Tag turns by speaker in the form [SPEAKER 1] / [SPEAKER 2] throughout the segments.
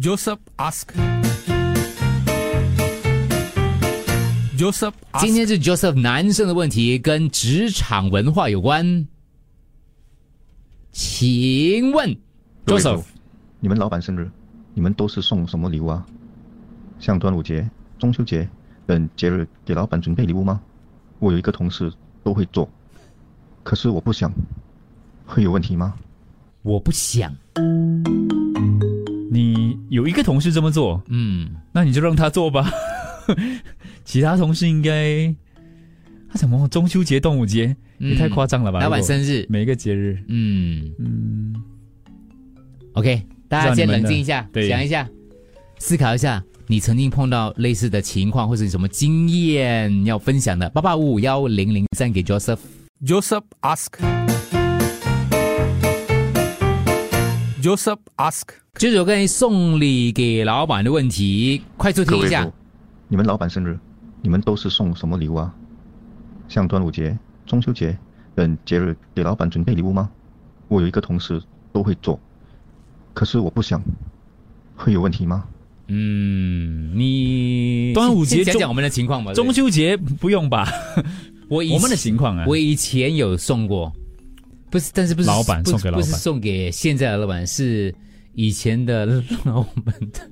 [SPEAKER 1] Joseph Ask。Joseph，Ask
[SPEAKER 2] 今天是 Joseph 男生的问题，跟职场文化有关。请问
[SPEAKER 3] 各位
[SPEAKER 2] Joseph，
[SPEAKER 3] 好你们老板生日，你们都是送什么礼物啊？像端午节、中秋节等节日给老板准备礼物吗？我有一个同事都会做，可是我不想，会有问题吗？
[SPEAKER 2] 我不想，
[SPEAKER 4] 你有一个同事这么做，
[SPEAKER 2] 嗯，
[SPEAKER 4] 那你就让他做吧。 其他同事应该，他怎么中秋节、端午节也太夸张了吧？
[SPEAKER 2] 嗯老板
[SPEAKER 4] 如果
[SPEAKER 2] 生日，
[SPEAKER 4] 每一个节日，
[SPEAKER 2] 嗯
[SPEAKER 4] 嗯，
[SPEAKER 2] ，OK，大家
[SPEAKER 4] 不知道
[SPEAKER 2] 先
[SPEAKER 4] 你们
[SPEAKER 2] 冷
[SPEAKER 4] 的
[SPEAKER 2] 静一下，
[SPEAKER 4] 对
[SPEAKER 2] 想一下，思考一下，你曾经碰到类似的情况，或者有什么经验要分享的？八八五五幺零零三给 Joseph。
[SPEAKER 1] Joseph Ask。Joseph Ask。
[SPEAKER 2] 这首关于送礼给老板的问题，快速听一下
[SPEAKER 3] 好。你们老板生日，你们都是送什么礼物啊？像端午节、中秋节等节日给老板准备礼物吗？我有一个同事都会做，可是我不想，会有问题吗？
[SPEAKER 2] 嗯，你
[SPEAKER 4] 端午节
[SPEAKER 2] 先讲
[SPEAKER 4] 中
[SPEAKER 2] 讲我们的情况吧。
[SPEAKER 4] 中
[SPEAKER 2] 对
[SPEAKER 4] 秋节不用吧？
[SPEAKER 2] 我以
[SPEAKER 4] 我们的
[SPEAKER 2] 前
[SPEAKER 4] 情况啊，
[SPEAKER 2] 我以前有送过，不是，但是不是
[SPEAKER 4] 老板
[SPEAKER 2] 不
[SPEAKER 4] 送给老板
[SPEAKER 2] 不是送给现在的老板，是以前的老板的。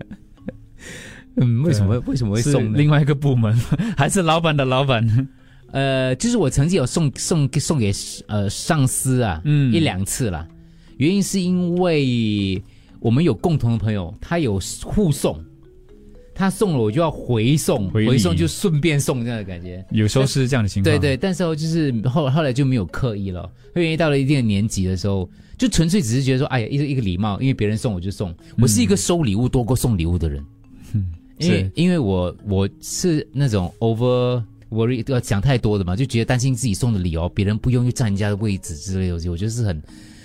[SPEAKER 2] 嗯，为什么为什么会
[SPEAKER 4] 呃是
[SPEAKER 2] 送呢？
[SPEAKER 4] 另外一个部门， 还是老板的老板？
[SPEAKER 2] 呃，就是我曾经有送送送给呃上司啊，
[SPEAKER 4] 嗯
[SPEAKER 2] 一两次啦。原因是因为我们有共同的朋友，他有互送，他送了我就要回送，
[SPEAKER 4] 回
[SPEAKER 2] 回
[SPEAKER 4] 礼
[SPEAKER 2] 送就顺便送这样的感觉。
[SPEAKER 4] 有时候是这样的情况。
[SPEAKER 2] 对对，但是后就是后后来就没有刻意了，因为到了一定的年纪的时候，就纯粹只是觉得说，哎呀，一个一个礼貌，因为别人送我就送。我是一个收礼物多过送礼物的人，因为
[SPEAKER 4] 是
[SPEAKER 2] 因为我我是那种 over worry 呃想太多的嘛，就觉得担心自己送的理由别人不用就占人家的位置之类的东西，我就是很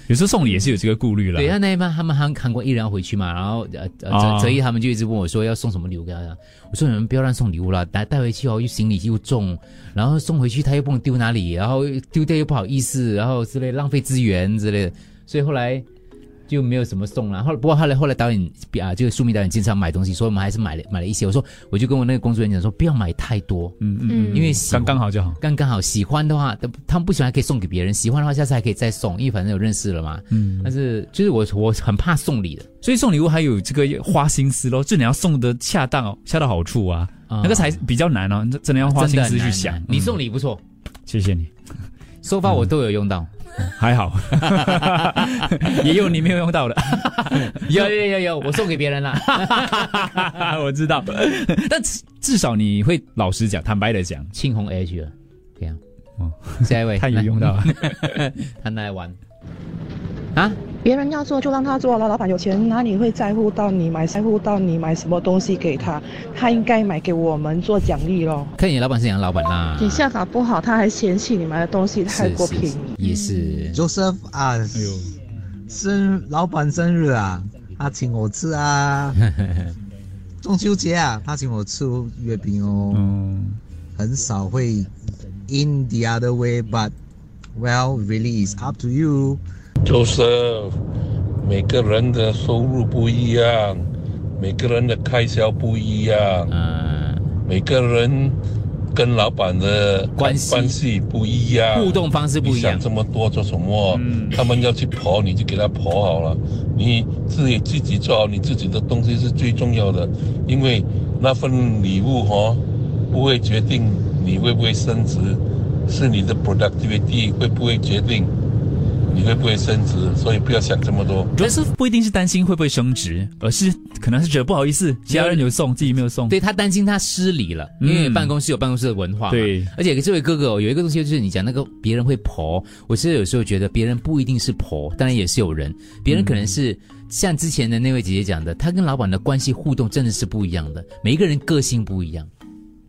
[SPEAKER 4] 有时候送礼也是有这个顾虑了。
[SPEAKER 2] 对，那那一班他们韩韩国艺人要回去嘛，然后呃呃
[SPEAKER 4] 啊
[SPEAKER 2] 哲哲一他们就一直问我说要送什么礼物给他，我说你们不要乱送礼物了，带带回去哦，又行李又重，然后送回去他又不能丢哪里，然后丢掉又不好意思，然后之类浪费资源之类的，所以后来。就没有什么送了，后来不过后来后来导演啊，这个苏明导演经常买东西，所以我们还是买了买了一些。我说我就跟我那个工作人员讲说，不要买太多，
[SPEAKER 4] 嗯嗯，
[SPEAKER 2] 因为喜欢
[SPEAKER 4] 刚刚好就好。
[SPEAKER 2] 刚刚好喜欢的话，他们不喜欢可以送给别人，喜欢的话下次还可以再送，因为反正有认识了嘛。
[SPEAKER 4] 嗯，
[SPEAKER 2] 但是就是我我很怕送礼的，
[SPEAKER 4] 所以送礼物还有这个花心思咯，就你要送的恰当、恰到好处啊，
[SPEAKER 2] 啊
[SPEAKER 4] 那个才比较难哦，你真的要花
[SPEAKER 2] 真
[SPEAKER 4] 心
[SPEAKER 2] 的
[SPEAKER 4] 思
[SPEAKER 2] 很
[SPEAKER 4] 去
[SPEAKER 2] 难
[SPEAKER 4] 想
[SPEAKER 2] 很。难你送
[SPEAKER 4] 嗯，
[SPEAKER 2] 礼不错，
[SPEAKER 4] 谢谢你，
[SPEAKER 2] 收发我都有 用到，
[SPEAKER 4] 还好，也有你没有用到的，
[SPEAKER 2] 有有有有，我送给别人啦。
[SPEAKER 4] 我知道，但至至少你会老实讲、坦白的讲，
[SPEAKER 2] 青红 H 了，这样
[SPEAKER 4] 哦。
[SPEAKER 2] 下一 位，
[SPEAKER 4] 太有用到了。
[SPEAKER 2] 来，他拿来玩啊？
[SPEAKER 5] 别人要做就让他做了，老板有钱哪里会在乎到你买在乎到你买什么东西给他？他应该买给我们做奖励咯。
[SPEAKER 2] 看你老板是杨老板啦，
[SPEAKER 5] 你下法不好，他还嫌弃你买的东西太过便宜。
[SPEAKER 2] 也是
[SPEAKER 6] Joseph 啊，
[SPEAKER 4] 哎呦，
[SPEAKER 6] 生老板生日啊，他请我吃啊。 中秋节啊，他请我吃月饼哦，
[SPEAKER 4] 嗯，
[SPEAKER 6] 很少会 in the other way，but well really is up to you。
[SPEAKER 7] Joseph，每个人的收入不一样，每个人的开销不一样，
[SPEAKER 2] 呃
[SPEAKER 7] 每个人跟老板的
[SPEAKER 2] 关系
[SPEAKER 7] 关系不一样，
[SPEAKER 2] 互动方式不一
[SPEAKER 7] 你
[SPEAKER 2] 样嗯
[SPEAKER 7] 想。这么多做什么？他们要去刨，你就给他刨好了。你自己自己做好你自己的东西是最重要的，因为那份礼物哦，不会决定你会不会升职，是你的 productivity 会不会决定你会不会升职，所以不要想这么多。
[SPEAKER 4] Joseph 不一定是担心会不会升职，而是可能是觉得不好意思，其他人有送，自己没有送。
[SPEAKER 2] 对他担心他失礼了，因
[SPEAKER 4] 嗯
[SPEAKER 2] 为办公室有办公室的文化嘛。
[SPEAKER 4] 对
[SPEAKER 2] 而且这位哥哥哦有一个东西就是你讲那个别人会婆，我其实有时候觉得别人不一定是婆，当然也是有人，别人可能是、像之前的那位姐姐讲的，她跟老板的关系互动真的是不一样的，每一个人个性不一样，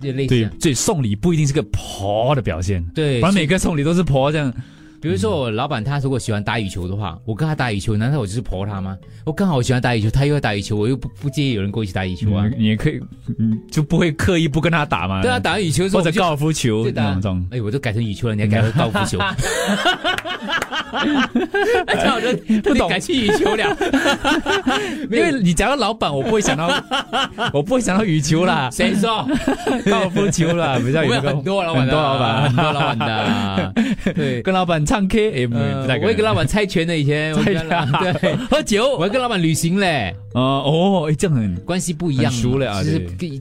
[SPEAKER 2] 就类似这
[SPEAKER 4] 对
[SPEAKER 2] 样
[SPEAKER 4] 所以送礼不一定是个婆的表现，
[SPEAKER 2] 对
[SPEAKER 4] 反正每个送礼都是婆这样，
[SPEAKER 2] 比如说我老板他如果喜欢打羽球的话，我跟他打羽球，难道我就是婆他吗？我刚好喜欢打羽球，他又要打羽球，我又不不介意有人跟我一起打羽球啊。
[SPEAKER 4] 你也可以，嗯，就不会刻意不跟他打嘛。
[SPEAKER 2] 对啊，打羽球的时
[SPEAKER 4] 或
[SPEAKER 2] 候我
[SPEAKER 4] 者
[SPEAKER 2] 们就
[SPEAKER 4] 高尔夫球
[SPEAKER 2] 就打
[SPEAKER 4] 那种种。
[SPEAKER 2] 哎，我都改成羽球了，你还改成
[SPEAKER 4] 嗯
[SPEAKER 2] 高尔夫 球？哎，这好人不
[SPEAKER 4] 懂
[SPEAKER 2] 改去羽球了，
[SPEAKER 4] 因为你讲到老板，我不会想到， 我不会想到羽球 啦，
[SPEAKER 2] 谁说？
[SPEAKER 4] 高尔夫球 啦，比较
[SPEAKER 2] 哦我
[SPEAKER 4] 有那
[SPEAKER 2] 们有
[SPEAKER 4] 个
[SPEAKER 2] 很多老板
[SPEAKER 4] 很
[SPEAKER 2] 的，
[SPEAKER 4] 多老板，
[SPEAKER 2] 很多 老板的。对，
[SPEAKER 4] 跟老板唱 K，哎，不
[SPEAKER 2] 呃
[SPEAKER 4] 不太可能
[SPEAKER 2] 我也跟老板猜拳的，以前我
[SPEAKER 4] 猜啊
[SPEAKER 2] 跟老板对，
[SPEAKER 4] 喝酒
[SPEAKER 2] 我还跟老板旅行嘞，
[SPEAKER 4] 哦哦，哎这样很
[SPEAKER 2] 关系不一样，
[SPEAKER 4] 很熟了啊
[SPEAKER 2] 就是
[SPEAKER 4] 对
[SPEAKER 2] 跟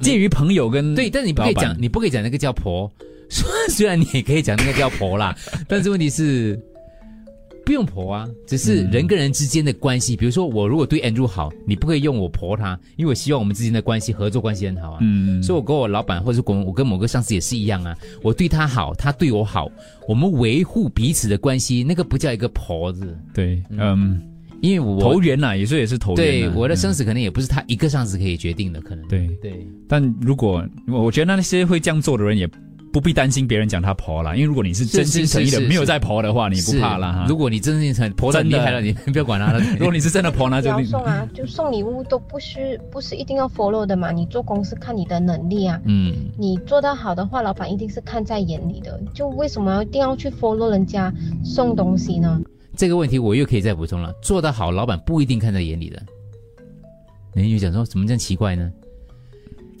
[SPEAKER 4] 介于朋友跟
[SPEAKER 2] 对，但你不可以
[SPEAKER 4] 嗯老板
[SPEAKER 2] 讲，你不可以讲那个叫婆。 虽虽然你也可以讲那个叫 婆啦，但是问题是不用婆啊，只是
[SPEAKER 4] 嗯
[SPEAKER 2] 人跟人之间的关系。比如说，我如果对 Andrew 好，你不可以用我婆他，因为我希望我们之间的关系合作关系很好啊。
[SPEAKER 4] 嗯，
[SPEAKER 2] 所以，我跟我老板或者是跟我跟某个上司也是一样啊，我对他好，他对我好，我们维护彼此的关系，那个不叫一个婆子，
[SPEAKER 4] 对，嗯，
[SPEAKER 2] 因为我
[SPEAKER 4] 投缘呐，也是也是投缘
[SPEAKER 2] 对
[SPEAKER 4] 啊。
[SPEAKER 2] 我的上
[SPEAKER 4] 嗯
[SPEAKER 2] 司可能也不是他一个上司可以决定的，可能
[SPEAKER 4] 对，
[SPEAKER 2] 对
[SPEAKER 4] 但如果我我觉得那些会这样做的人也。不必担心别人讲他婆啦，因为如果你是真心诚意
[SPEAKER 2] 是
[SPEAKER 4] 的
[SPEAKER 2] 是是
[SPEAKER 4] 没有在婆的话，你不
[SPEAKER 2] 是
[SPEAKER 4] 怕啦哈。
[SPEAKER 2] 如果你真正很婆得很厉害了，你不要管他了。
[SPEAKER 4] 如果你是真的婆，那
[SPEAKER 8] 不
[SPEAKER 4] 就
[SPEAKER 8] 要送啊，就送礼物都不是不是一定要 follow 的嘛。你做工是看你的能力啊，
[SPEAKER 2] 嗯，
[SPEAKER 8] 你做得好的话，老板一定是看在眼里的。就为什么一定要去 follow 人家送东西呢？
[SPEAKER 2] 这个问题我又可以再补充了，做得好，老板不一定看在眼里的。你又讲说怎么这样奇怪呢？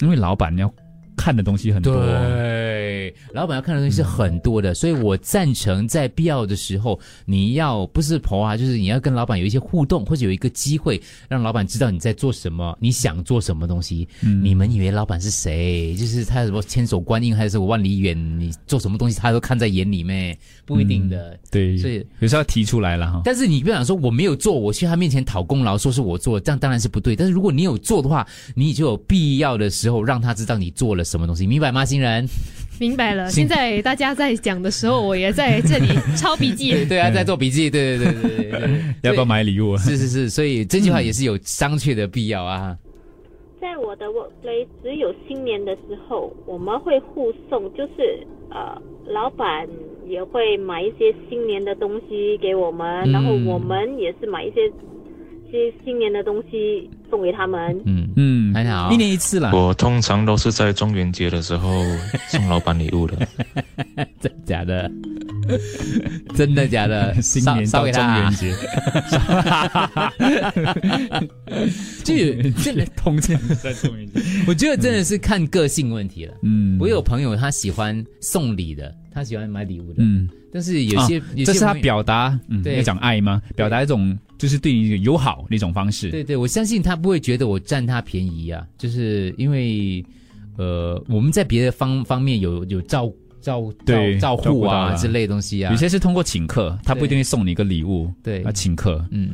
[SPEAKER 4] 因为老板要看的东西很多。
[SPEAKER 2] 对，老板要看的东西是很多的，所以我赞成在必要的时候，你要不是婆啊，就是你要跟老板有一些互动，或者有一个机会让老板知道你在做什么，你想做什么东西。
[SPEAKER 4] 嗯
[SPEAKER 2] 你们以为老板是谁？就是他什么千手观音，还是什么万里远？你做什么东西他都看在眼里面，不一定的。
[SPEAKER 4] 对，
[SPEAKER 2] 所以
[SPEAKER 4] 有时候要提出来了哈。
[SPEAKER 2] 但是你不要想说我没有做，我去他面前讨功劳，说是我做，这样当然是不对。但是如果你有做的话，你就有必要的时候让他知道你做了什么东西，明白吗，新人？
[SPEAKER 9] 明白了。
[SPEAKER 2] 行
[SPEAKER 9] 现在大家在讲的时候，我也在这里抄笔记。
[SPEAKER 2] 对啊，在做笔记，对对对对对对对，
[SPEAKER 4] 要不要买礼物啊？
[SPEAKER 2] 所以？是是是，所以这句话也是有商榷的必要啊。
[SPEAKER 10] 在我的 workplace，只有新年的时候我们会互送，就是呃，老板也会买一些新年的东西给我们，
[SPEAKER 2] 嗯
[SPEAKER 10] 然后我们也是买一些些新年的东西送给他们。
[SPEAKER 2] 嗯，
[SPEAKER 4] 嗯，
[SPEAKER 2] 很好哦
[SPEAKER 4] 一年一次啦。
[SPEAKER 11] 我通常都是在中元节的时候送老板礼物的。
[SPEAKER 2] 真的假的？真的假的？
[SPEAKER 4] 新
[SPEAKER 2] 烧
[SPEAKER 4] 年
[SPEAKER 2] 烧
[SPEAKER 4] 到
[SPEAKER 2] 给
[SPEAKER 4] 中
[SPEAKER 2] 他啊
[SPEAKER 4] 元，节，
[SPEAKER 2] 就有真的，
[SPEAKER 4] 通常在中元 节。
[SPEAKER 2] 我觉得真的是看个性问题了。
[SPEAKER 4] 嗯，
[SPEAKER 2] 我有朋友他喜欢送礼的，他喜欢买礼物的，
[SPEAKER 4] 嗯，
[SPEAKER 2] 但啊是有些、有些
[SPEAKER 4] 这是他
[SPEAKER 2] 朋友
[SPEAKER 4] 表达，嗯，
[SPEAKER 2] 对
[SPEAKER 4] 要讲爱吗？表达一种就是对你友好的一种方式。
[SPEAKER 2] 对对，我相信他不会觉得我占他便宜啊，就是因为呃，我们在别的方方面有有照照照
[SPEAKER 4] 对照
[SPEAKER 2] 照护
[SPEAKER 4] 顾到
[SPEAKER 2] 啊
[SPEAKER 4] 了
[SPEAKER 2] 之类的东西啊，
[SPEAKER 4] 有些是通过请客，他不一定会送你一个礼物，
[SPEAKER 2] 对
[SPEAKER 4] 啊，，请客。
[SPEAKER 2] 嗯，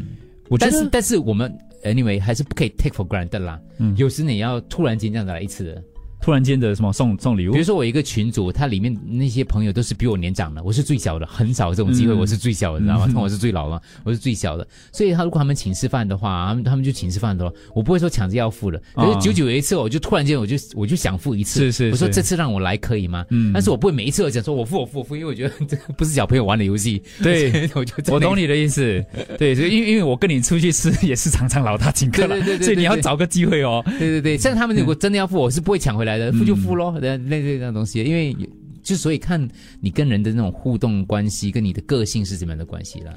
[SPEAKER 4] 我觉
[SPEAKER 2] 但是
[SPEAKER 4] 得
[SPEAKER 2] 但是我们 anyway 还是不可以 take for granted 啦，
[SPEAKER 4] 嗯
[SPEAKER 2] 有时你要突然间这样子来一次的，
[SPEAKER 4] 突然间的什么送送礼物
[SPEAKER 2] 比如，说我一个群组，它里面那些朋友都是比我年长的，我是最小的，很少这种机会，
[SPEAKER 4] 嗯
[SPEAKER 2] 我是最小的，你知道吗？ 但我是最老嘛，我是最小的，所以他如果他们请吃饭的话，他们他们就请吃饭的咯，我不会说抢着要付的。可
[SPEAKER 4] 啊
[SPEAKER 2] 是久久有一次，我就突然间我就我就想付一次，
[SPEAKER 4] 是是
[SPEAKER 2] 我说
[SPEAKER 4] 是
[SPEAKER 2] 这次让我来可以吗？
[SPEAKER 4] 嗯
[SPEAKER 2] 但是我不会每一次都讲说我付我付我付，因为我觉得这个不是小朋友玩的游戏，
[SPEAKER 4] 对，
[SPEAKER 2] 我就真的
[SPEAKER 4] 我懂。你的意思，对，所以因为因为我跟你出去吃 也是常常老大请客了
[SPEAKER 2] 对对对，对
[SPEAKER 4] 所以你要
[SPEAKER 2] 对
[SPEAKER 4] 找个机会哦。
[SPEAKER 2] 对对对，像他们如果真的要付，我是不会抢
[SPEAKER 4] 嗯
[SPEAKER 2] 回来的，付就付咯，那那那那东西，因为就所以看你跟人的那种互动关系，跟你的个性是怎么样的关系啦。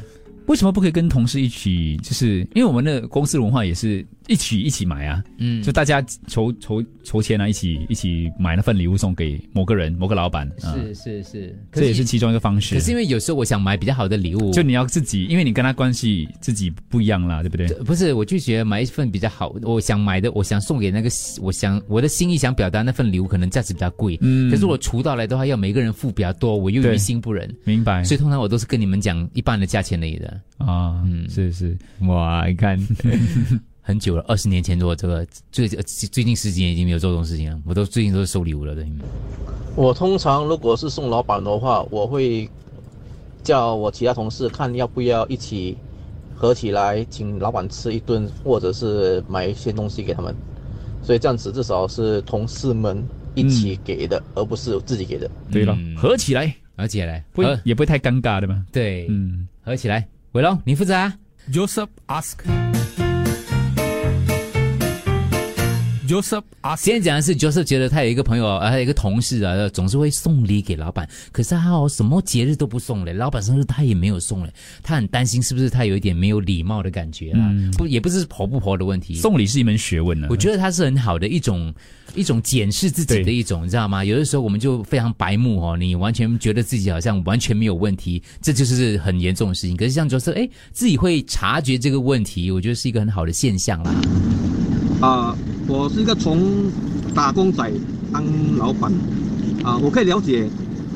[SPEAKER 4] 为什么不可以跟同事一起？就是因为我们的公司文化也是一起一起买啊，
[SPEAKER 2] 嗯
[SPEAKER 4] 就大家筹筹筹钱啊，一起一起买那份礼物送给某个人、某个老板啊，
[SPEAKER 2] 是是是，可
[SPEAKER 4] 这也是其中一个方
[SPEAKER 2] 可
[SPEAKER 4] 式。
[SPEAKER 2] 是因为有时候我想买比较好的礼物，
[SPEAKER 4] 就你要自己，因为你跟他关系自己不一样啦，对不对？
[SPEAKER 2] 不是，我就觉得买一份比较好，我想买的，我想送给那个，我想我的心意想表达那份礼物可能价值比较贵，
[SPEAKER 4] 嗯
[SPEAKER 2] 可是我除到来的话，要每个人付比较多，我又于
[SPEAKER 4] 对哎
[SPEAKER 2] 心不忍，
[SPEAKER 4] 明白
[SPEAKER 2] 所以通常我都是跟你们讲一半的价钱而已的。
[SPEAKER 4] 啊，
[SPEAKER 2] 嗯
[SPEAKER 4] 是是，
[SPEAKER 2] 哇，你看，很久了，二十年前做这个，最最近十几年已经没有做这种事情了。我都最近都是收礼物了，对。
[SPEAKER 12] 我通常如果是送老板的话，我会叫我其他同事看要不要一起合起来请老板吃一顿，或者是买一些东西给他们。所以这样子至少是同事们一起给的，而不是自己给的。
[SPEAKER 4] 对了，
[SPEAKER 2] 嗯
[SPEAKER 4] 合起来
[SPEAKER 2] 合起来，
[SPEAKER 4] 不
[SPEAKER 2] 合
[SPEAKER 4] 也不会太尴尬的嘛。
[SPEAKER 2] 对，
[SPEAKER 4] 嗯，
[SPEAKER 2] 合起来，伟龙你负责啊。
[SPEAKER 1] Joseph ask. Joseph ask.
[SPEAKER 2] 今天讲的啊是 Joseph 觉得他有一个朋友，呃，他有一个同事啊，总是会送礼给老板，可是他哦什么节日都不送嘞，老板生日他也没有送嘞，他很担心是不是他有一点没有礼貌的感觉啦，
[SPEAKER 4] 嗯
[SPEAKER 2] 不也不是婆不婆的问题，
[SPEAKER 4] 送礼是一门学问呢、啊
[SPEAKER 2] 我觉得它是很好的一种一种检视自己的一种，你知道吗？有的时候我们就非常白目哦，你完全觉得自己好像完全没有问题，这就是很严重的事情。可是像卓瑟，哎，自己会察觉这个问题，我觉得是一个很好的现象啦。
[SPEAKER 13] 啊、我是一个从打工仔当老板，啊、我可以了解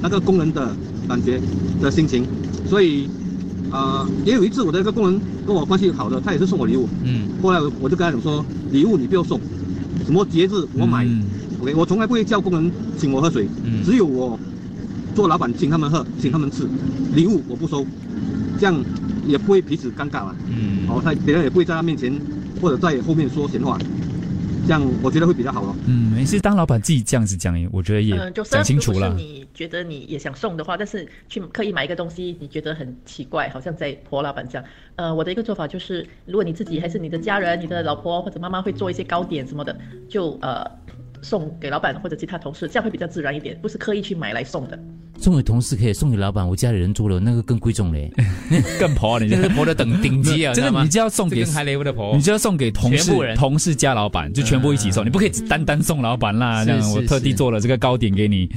[SPEAKER 13] 那个工人的感觉的心情，所以啊、也有一次我的一个工人跟我关系好的，他也是送我礼物，
[SPEAKER 2] 嗯，
[SPEAKER 13] 后来我就跟他讲说，礼物你不要送，什么节日
[SPEAKER 4] 嗯
[SPEAKER 13] 我买、o k 我从来不会叫工人请我喝水，
[SPEAKER 2] 嗯
[SPEAKER 13] 只有我做老板请他们喝，请他们吃，礼物我不收，这样也不会彼此尴尬了。
[SPEAKER 2] 嗯
[SPEAKER 13] 哦，他别人也不会在他面前或者在后面说闲话，这样我觉得会比较好咯。
[SPEAKER 4] 嗯，没事，当老板自己这样子讲，我觉得也
[SPEAKER 14] 嗯，就
[SPEAKER 4] 讲清楚
[SPEAKER 14] 如果
[SPEAKER 4] 了
[SPEAKER 14] 是。你觉得你也想送的话，但是去刻意买一个东西，你觉得很奇怪，好像在婆老板这样。呃，我的一个做法就是，如果你自己还是你的家人、你的老婆或者妈妈会做一些糕点什么的，就呃送给老板或者其他同事，这样会比较自然一点，不是刻意去买来送的。
[SPEAKER 2] 送给同事可以，送给老板，我家里人做了那个更贵 重嘞，
[SPEAKER 4] 更婆啊你
[SPEAKER 2] 那个婆的等 顶级啊，
[SPEAKER 4] 真
[SPEAKER 2] 知道
[SPEAKER 4] 的，
[SPEAKER 2] 吗
[SPEAKER 4] 你就要送
[SPEAKER 2] 这
[SPEAKER 4] 给
[SPEAKER 2] 更 high level 的婆，
[SPEAKER 4] 你就要送给同
[SPEAKER 2] 全部
[SPEAKER 4] 事、
[SPEAKER 2] 人
[SPEAKER 4] 同事加老板，就全部一起送，你不可以单单送老板啦。这样
[SPEAKER 2] 是是
[SPEAKER 4] 我特地
[SPEAKER 2] 是
[SPEAKER 4] 做了这个糕点给你，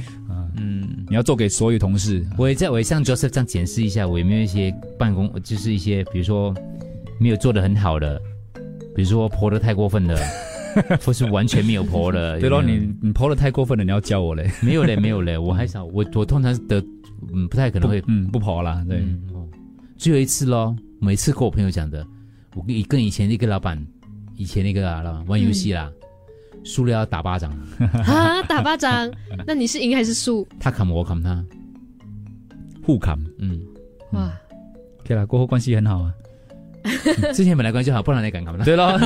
[SPEAKER 4] 嗯，你要做给所有同事。
[SPEAKER 2] 我也在，我也像 Joseph 这样检视一下，我有没有一些办公，就是一些比如说没有做的很好的，比如说婆的太 过分的，或是完全没有婆的。
[SPEAKER 4] 对咯，
[SPEAKER 2] 有没有
[SPEAKER 4] 你你婆的太过分了，你要教我嘞。
[SPEAKER 2] 没有嘞，没有嘞，我还少，我我通常的，嗯，不太可能会，
[SPEAKER 4] 嗯，不跑啦，对。
[SPEAKER 2] 哦只有一次咯，每次跟我朋友讲的，我跟跟以前那个老板，以前那个啊老板玩游戏啦，输了要打巴 掌，
[SPEAKER 9] 啊，嗯打巴掌，那你是赢还是输？
[SPEAKER 2] 他砍我，我砍他，
[SPEAKER 4] 互砍，
[SPEAKER 2] 嗯，
[SPEAKER 9] 哇，
[SPEAKER 4] 可以啦，过后关系很好啊。
[SPEAKER 2] 之前本来关系好，不然你敢砍他？
[SPEAKER 4] 对 咯，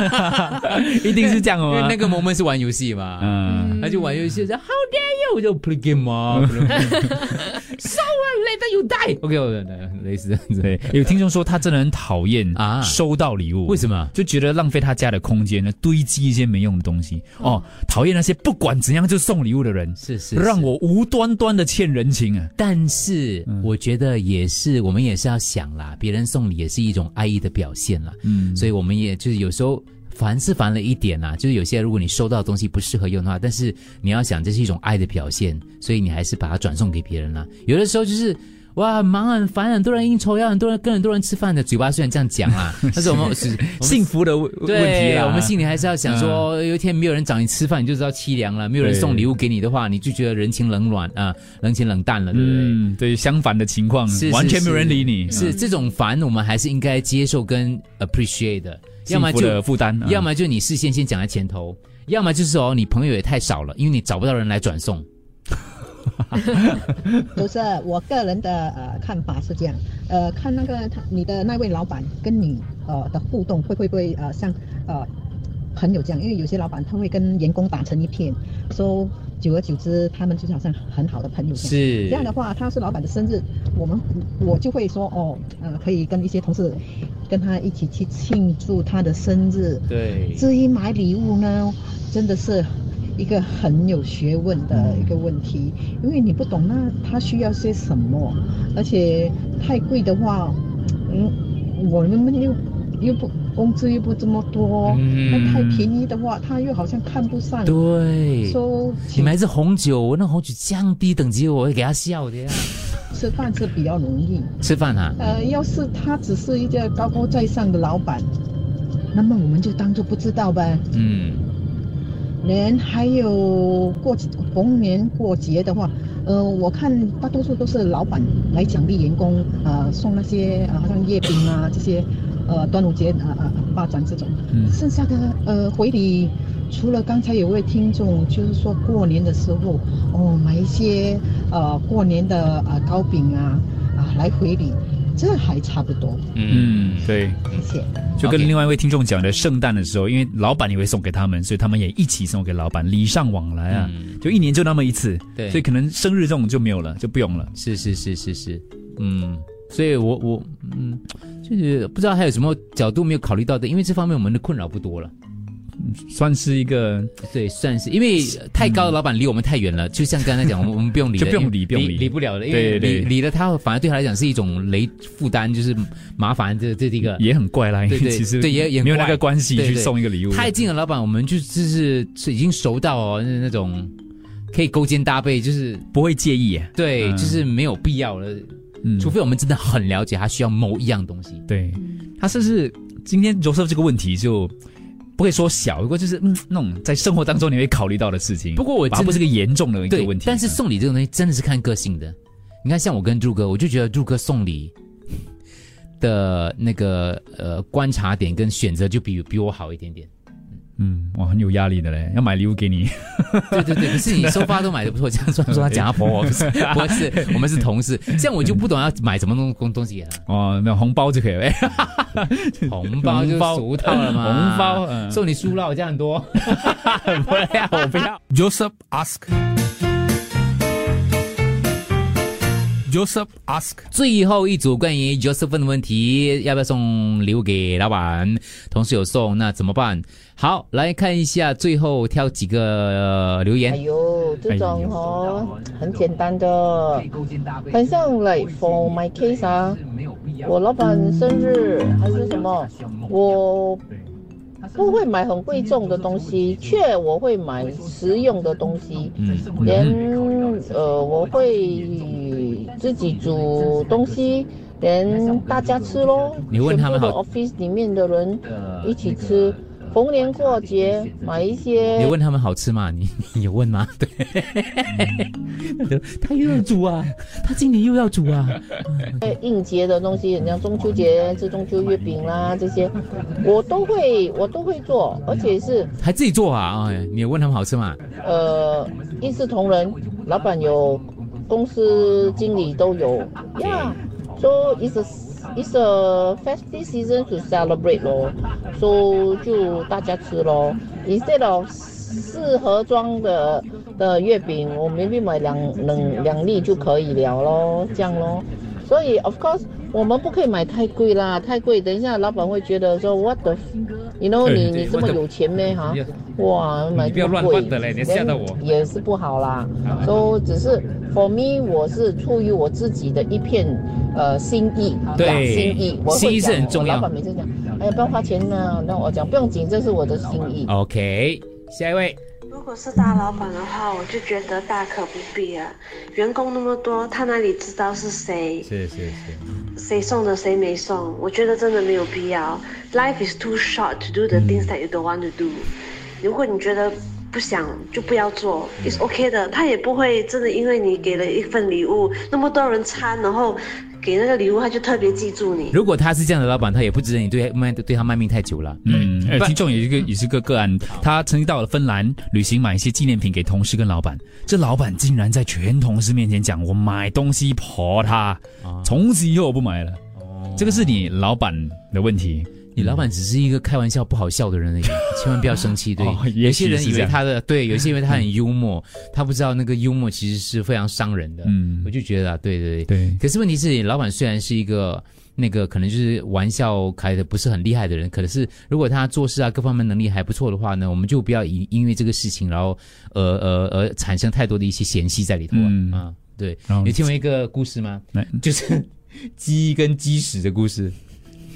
[SPEAKER 4] 一定是这样
[SPEAKER 2] 因
[SPEAKER 4] 哦。
[SPEAKER 2] 为那个 moment 是玩游戏嘛，
[SPEAKER 4] 嗯，
[SPEAKER 2] 他就玩游戏，说 How dare you 就 play game 嘛 ，So later you die。OK，我类似这样子。
[SPEAKER 4] 对，有听众说他真的很讨厌
[SPEAKER 2] 啊
[SPEAKER 4] 收到礼物，
[SPEAKER 2] 为什么？
[SPEAKER 4] 就觉得浪费他家的空间呢，堆积一些没用的东西。哦，讨厌那些不管怎样就送礼物的人，
[SPEAKER 2] 嗯是是
[SPEAKER 4] 让我无端端的欠人情啊。
[SPEAKER 2] 但是我觉得也是，我们也是要想啦，别人送礼也是一种爱意的表现啦。
[SPEAKER 4] 嗯
[SPEAKER 2] 所以我们也就是有时候烦是烦了一点啦，就是有些如果你收到的东西不适合用的话，但是你要想这是一种爱的表现，所以你还是把它转送给别人啦。有的时候就是。哇，很忙很烦，很多人应酬，要很多人跟很多人吃饭的，嘴巴虽然这样讲 啦，但是我们是
[SPEAKER 4] 幸福的问问题
[SPEAKER 2] 对，
[SPEAKER 4] 啦，嗯
[SPEAKER 2] 我们心里还是要想说，有一天没有人找你吃饭，你就知道凄凉了；没有人送礼物给你的话，你就觉得人情冷暖啊、人情冷淡了，对不对？
[SPEAKER 4] 嗯，对，相反的情况
[SPEAKER 2] 是是
[SPEAKER 4] 完全没有人理你，嗯
[SPEAKER 2] 是这种烦，我们还是应该接受跟 appreciate 的，
[SPEAKER 4] 幸
[SPEAKER 2] 要么
[SPEAKER 4] 福的
[SPEAKER 2] 就
[SPEAKER 4] 负担，嗯
[SPEAKER 2] 要么就你事先先讲在前头，要么就是哦，你朋友也太少了，因为你找不到人来转送。
[SPEAKER 15] 就是我个人的呃看法是这样，呃，看那个他你的那位老板跟你呃的互动会会不会呃像呃朋友这样，因为有些老板他会跟员工打成一片，说、久而久之他们就好像很好的朋友这样。
[SPEAKER 2] 是
[SPEAKER 15] 这样的话，他是老板的生日，我们我就会说哦，呃，可以跟一些同事跟他一起去庆祝他的生日。
[SPEAKER 2] 对
[SPEAKER 15] 至于买礼物呢，真的是一个很有学问的一个问题，因为你不懂那他需要些什么，而且太贵的话，嗯，我们又又不工资又不这么多，那、
[SPEAKER 2] 嗯
[SPEAKER 15] 太便宜的话，他又好像看不上。
[SPEAKER 2] 对，
[SPEAKER 15] 说
[SPEAKER 2] 你买一支红酒，我那红酒降低等级，我会给他笑的呀。
[SPEAKER 15] 吃饭是比较容易。
[SPEAKER 2] 吃饭啊，
[SPEAKER 15] 呃，要是他只是一个高高在上的老板，那么我们就当做不知道呗。
[SPEAKER 2] 嗯，
[SPEAKER 15] 人还有过逢年过节的话，呃，我看大多数都是老板来奖励员工，呃，送那些呃好像月饼啊这些，呃，端午节啊啊啊巴掌这种。
[SPEAKER 16] 嗯
[SPEAKER 15] 剩下的呃回礼，除了刚才有位听众就是说过年的时候，哦买一些呃过年的呃糕饼啊啊来回礼，
[SPEAKER 17] 这还差不多。
[SPEAKER 4] 嗯，对，
[SPEAKER 17] 谢谢。
[SPEAKER 4] 就跟另外一位听众讲的，圣诞的时候，因为老板也会送给他们，所以他们也一起送给老板，礼尚往来啊。
[SPEAKER 2] 嗯
[SPEAKER 4] 就一年就那么一次，
[SPEAKER 2] 哎对
[SPEAKER 4] 所以可能生日这种就没有了，就不用了。
[SPEAKER 2] 是是是是是，嗯，所以我我嗯，就是不知道还有什么角度没有考虑到的，因为这方面我们的困扰不多了。
[SPEAKER 4] 算是一个，
[SPEAKER 2] 对，算是，因为太高的老板离我们太远了，就像刚才讲，我 们我们不用理了，
[SPEAKER 4] 就不用
[SPEAKER 2] 因为
[SPEAKER 4] 理不用理
[SPEAKER 2] 理不了了，因
[SPEAKER 4] 对
[SPEAKER 2] 为
[SPEAKER 4] 对
[SPEAKER 2] 理理了他，反而对他来讲是一种累负担，就是麻烦，这这第一个
[SPEAKER 4] 呃也很怪啦因为
[SPEAKER 2] 对对
[SPEAKER 4] 其实
[SPEAKER 2] 对也也
[SPEAKER 4] 没有
[SPEAKER 2] 怪
[SPEAKER 4] 那个关系
[SPEAKER 2] 对
[SPEAKER 4] 去
[SPEAKER 2] 对
[SPEAKER 4] 送一个礼物
[SPEAKER 2] 太近了，老板，我们就就是是已经熟到哦那那种可以勾肩搭背，就是
[SPEAKER 4] 不会介意，
[SPEAKER 2] 对，
[SPEAKER 4] 嗯
[SPEAKER 2] 就是没有必要了，除非我们真的很了解他需要某一样东西，
[SPEAKER 4] 对他是不是今天 Joseph 这个问题就不会说小，不过就是嗯那种在生活当中你会考虑到的事情。
[SPEAKER 2] 不过我
[SPEAKER 4] 它不是个严重的一个
[SPEAKER 2] 对
[SPEAKER 4] 问题，
[SPEAKER 2] 但是送礼这种东西真的是看个性的。你看，像我跟朱哥，我就觉得朱哥送礼的那个呃观察点跟选择就比比我好一点点。
[SPEAKER 4] 嗯，我很有压力的嘞，要买礼物给你。
[SPEAKER 2] 对对对，可是你收发都买的不错，这样算说他讲他婆我不是不是，我们是同事，这样我就不懂要买什么东东东西给他。
[SPEAKER 4] 哦，那红包就可以 了。
[SPEAKER 2] 红包就俗套了嘛，
[SPEAKER 4] 红包 嗯
[SPEAKER 2] 送你塑料这样多，不要 我不要。
[SPEAKER 7] Joseph ask. Joseph ask.
[SPEAKER 2] 最后一组关于 Joseph 问的问题，要不要送礼物给老板？同事有送，那怎么办？好，来看一下最后挑几个、呃留言。
[SPEAKER 15] 哎呦，这种哦，很简单的，很像 like for my case 啊，
[SPEAKER 2] 嗯
[SPEAKER 15] 我老板生日还是什么，我不会买很贵重的东西，却我会买实用的东西，
[SPEAKER 18] 嗯
[SPEAKER 15] 连呃我会自己煮东西。连大家吃咯，
[SPEAKER 2] 你问他们
[SPEAKER 15] 全部
[SPEAKER 2] 好
[SPEAKER 15] 的 office 里面的人
[SPEAKER 2] 呃
[SPEAKER 15] 一起吃，逢年过节买一些。
[SPEAKER 2] 你问他们好吃吗？你你有问吗？对，他又要煮啊，他今年又要煮啊。
[SPEAKER 15] 呃应节的东
[SPEAKER 2] 嗯
[SPEAKER 15] 西，你像中秋节吃中秋月饼啦这些，我都会我都会做，而且是
[SPEAKER 2] 还自己做啊？哎，你有问他们好吃吗？
[SPEAKER 15] 呃一视同仁，老板有，公司经理都有呀。So it's a it's a festive season to celebrate 咯，so 就大家吃咯。Instead of 四盒装的的月饼，我 maybe 买两两两粒就可以了咯，这样咯。所以 of course 我们不可以买太贵啦，太贵，等一下老板会觉得说 what the，you know
[SPEAKER 2] 对
[SPEAKER 15] 你
[SPEAKER 2] 对
[SPEAKER 15] 你这么
[SPEAKER 2] what the-
[SPEAKER 15] 有钱咩
[SPEAKER 2] 啊
[SPEAKER 15] 哈？哇，买
[SPEAKER 2] 你不要
[SPEAKER 15] 这么
[SPEAKER 2] 乱
[SPEAKER 15] 贵
[SPEAKER 2] 乱的嘞你吓到我
[SPEAKER 15] then 也是不好啦。都、so, 只是 for me，我是出于我自己的一片呃心意，
[SPEAKER 2] 对
[SPEAKER 15] 讲心意，我会
[SPEAKER 2] 心意是
[SPEAKER 15] 讲
[SPEAKER 2] 很重要
[SPEAKER 15] 我老板每次讲，哎呀，不要花钱呐、那我讲不用紧，这是我的心意。
[SPEAKER 2] OK，下一位，
[SPEAKER 19] 如果是大老板的话，我就觉得大可不必啊。员工那么多，他哪里知道是谁
[SPEAKER 2] 是是是，
[SPEAKER 19] 谁送的，谁没送？我觉得真的没有必要。Life is too short to do the things that you don't want to do。如果你觉得不想，就不要做，is OK 的。他也不会真的因为你给了一份礼物，那么多人参，然后给那个礼物，他就特别记住你。
[SPEAKER 2] 如果他是这样的老板，他也不值得你对卖对他卖命太久了。
[SPEAKER 4] 嗯，呃，听众也是一个也是个个案，他曾经到了芬兰旅行，买一些纪念品给同事跟老板。这老板竟然在全同事面前讲：“我买东西婆他，
[SPEAKER 2] 哦
[SPEAKER 4] 从此以后我不买了。”这个是你老板的问题。
[SPEAKER 2] 你老板
[SPEAKER 4] 嗯
[SPEAKER 2] 只是一个开玩笑不好笑 的人而已，千万不要生气。对，
[SPEAKER 4] 哦
[SPEAKER 2] 有
[SPEAKER 4] 也
[SPEAKER 2] 些
[SPEAKER 4] 许
[SPEAKER 2] 人
[SPEAKER 4] 是
[SPEAKER 2] 以
[SPEAKER 4] 这
[SPEAKER 2] 为
[SPEAKER 4] 样
[SPEAKER 2] 他的 对，有些人以为他很幽默，他不知道那个幽默其实是非常伤人的。
[SPEAKER 4] 嗯
[SPEAKER 2] 我就觉得啊，对对对。可是问题是，老板虽然是一个那个可能就是玩笑开的不是很厉害的人，可是如果他做事啊各方面能力还不错的话呢，我们就不要因因为这个事情，然后呃呃呃产生太多的一些嫌隙在里头啊。
[SPEAKER 4] 嗯
[SPEAKER 2] 啊对
[SPEAKER 4] 然，后
[SPEAKER 2] 你听过一个故事 吗？
[SPEAKER 4] 来
[SPEAKER 2] 就是鸡跟鸡屎的故事。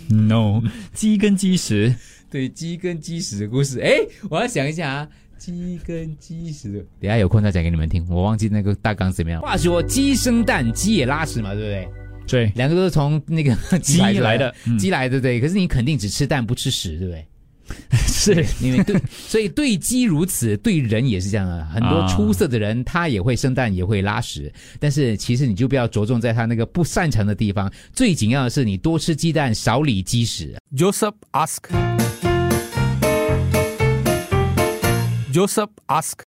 [SPEAKER 4] No，鸡跟鸡食，
[SPEAKER 2] 对，鸡跟鸡屎的故事。哎，我要想一下啊，鸡跟鸡屎的。等一下有空再讲给你们听，我忘记那个大纲是怎么样。话说鸡生蛋，鸡也拉屎嘛，对不对？
[SPEAKER 4] 对，
[SPEAKER 2] 两个都是从那 个
[SPEAKER 4] 鸡
[SPEAKER 2] 排出
[SPEAKER 4] 来的嗯
[SPEAKER 2] 鸡来的对。可是你肯定只吃蛋不吃屎，对不 对？
[SPEAKER 4] 是，
[SPEAKER 2] 因为对，所以对鸡如此，对人也是这样啊。很多
[SPEAKER 4] 啊
[SPEAKER 2] 出色的人，他也会生蛋，也会拉屎，但是其实你就不要着重在他那个不擅长的地方。最紧要的是你多吃鸡蛋，少理鸡屎。
[SPEAKER 7] Joseph ask. Joseph ask.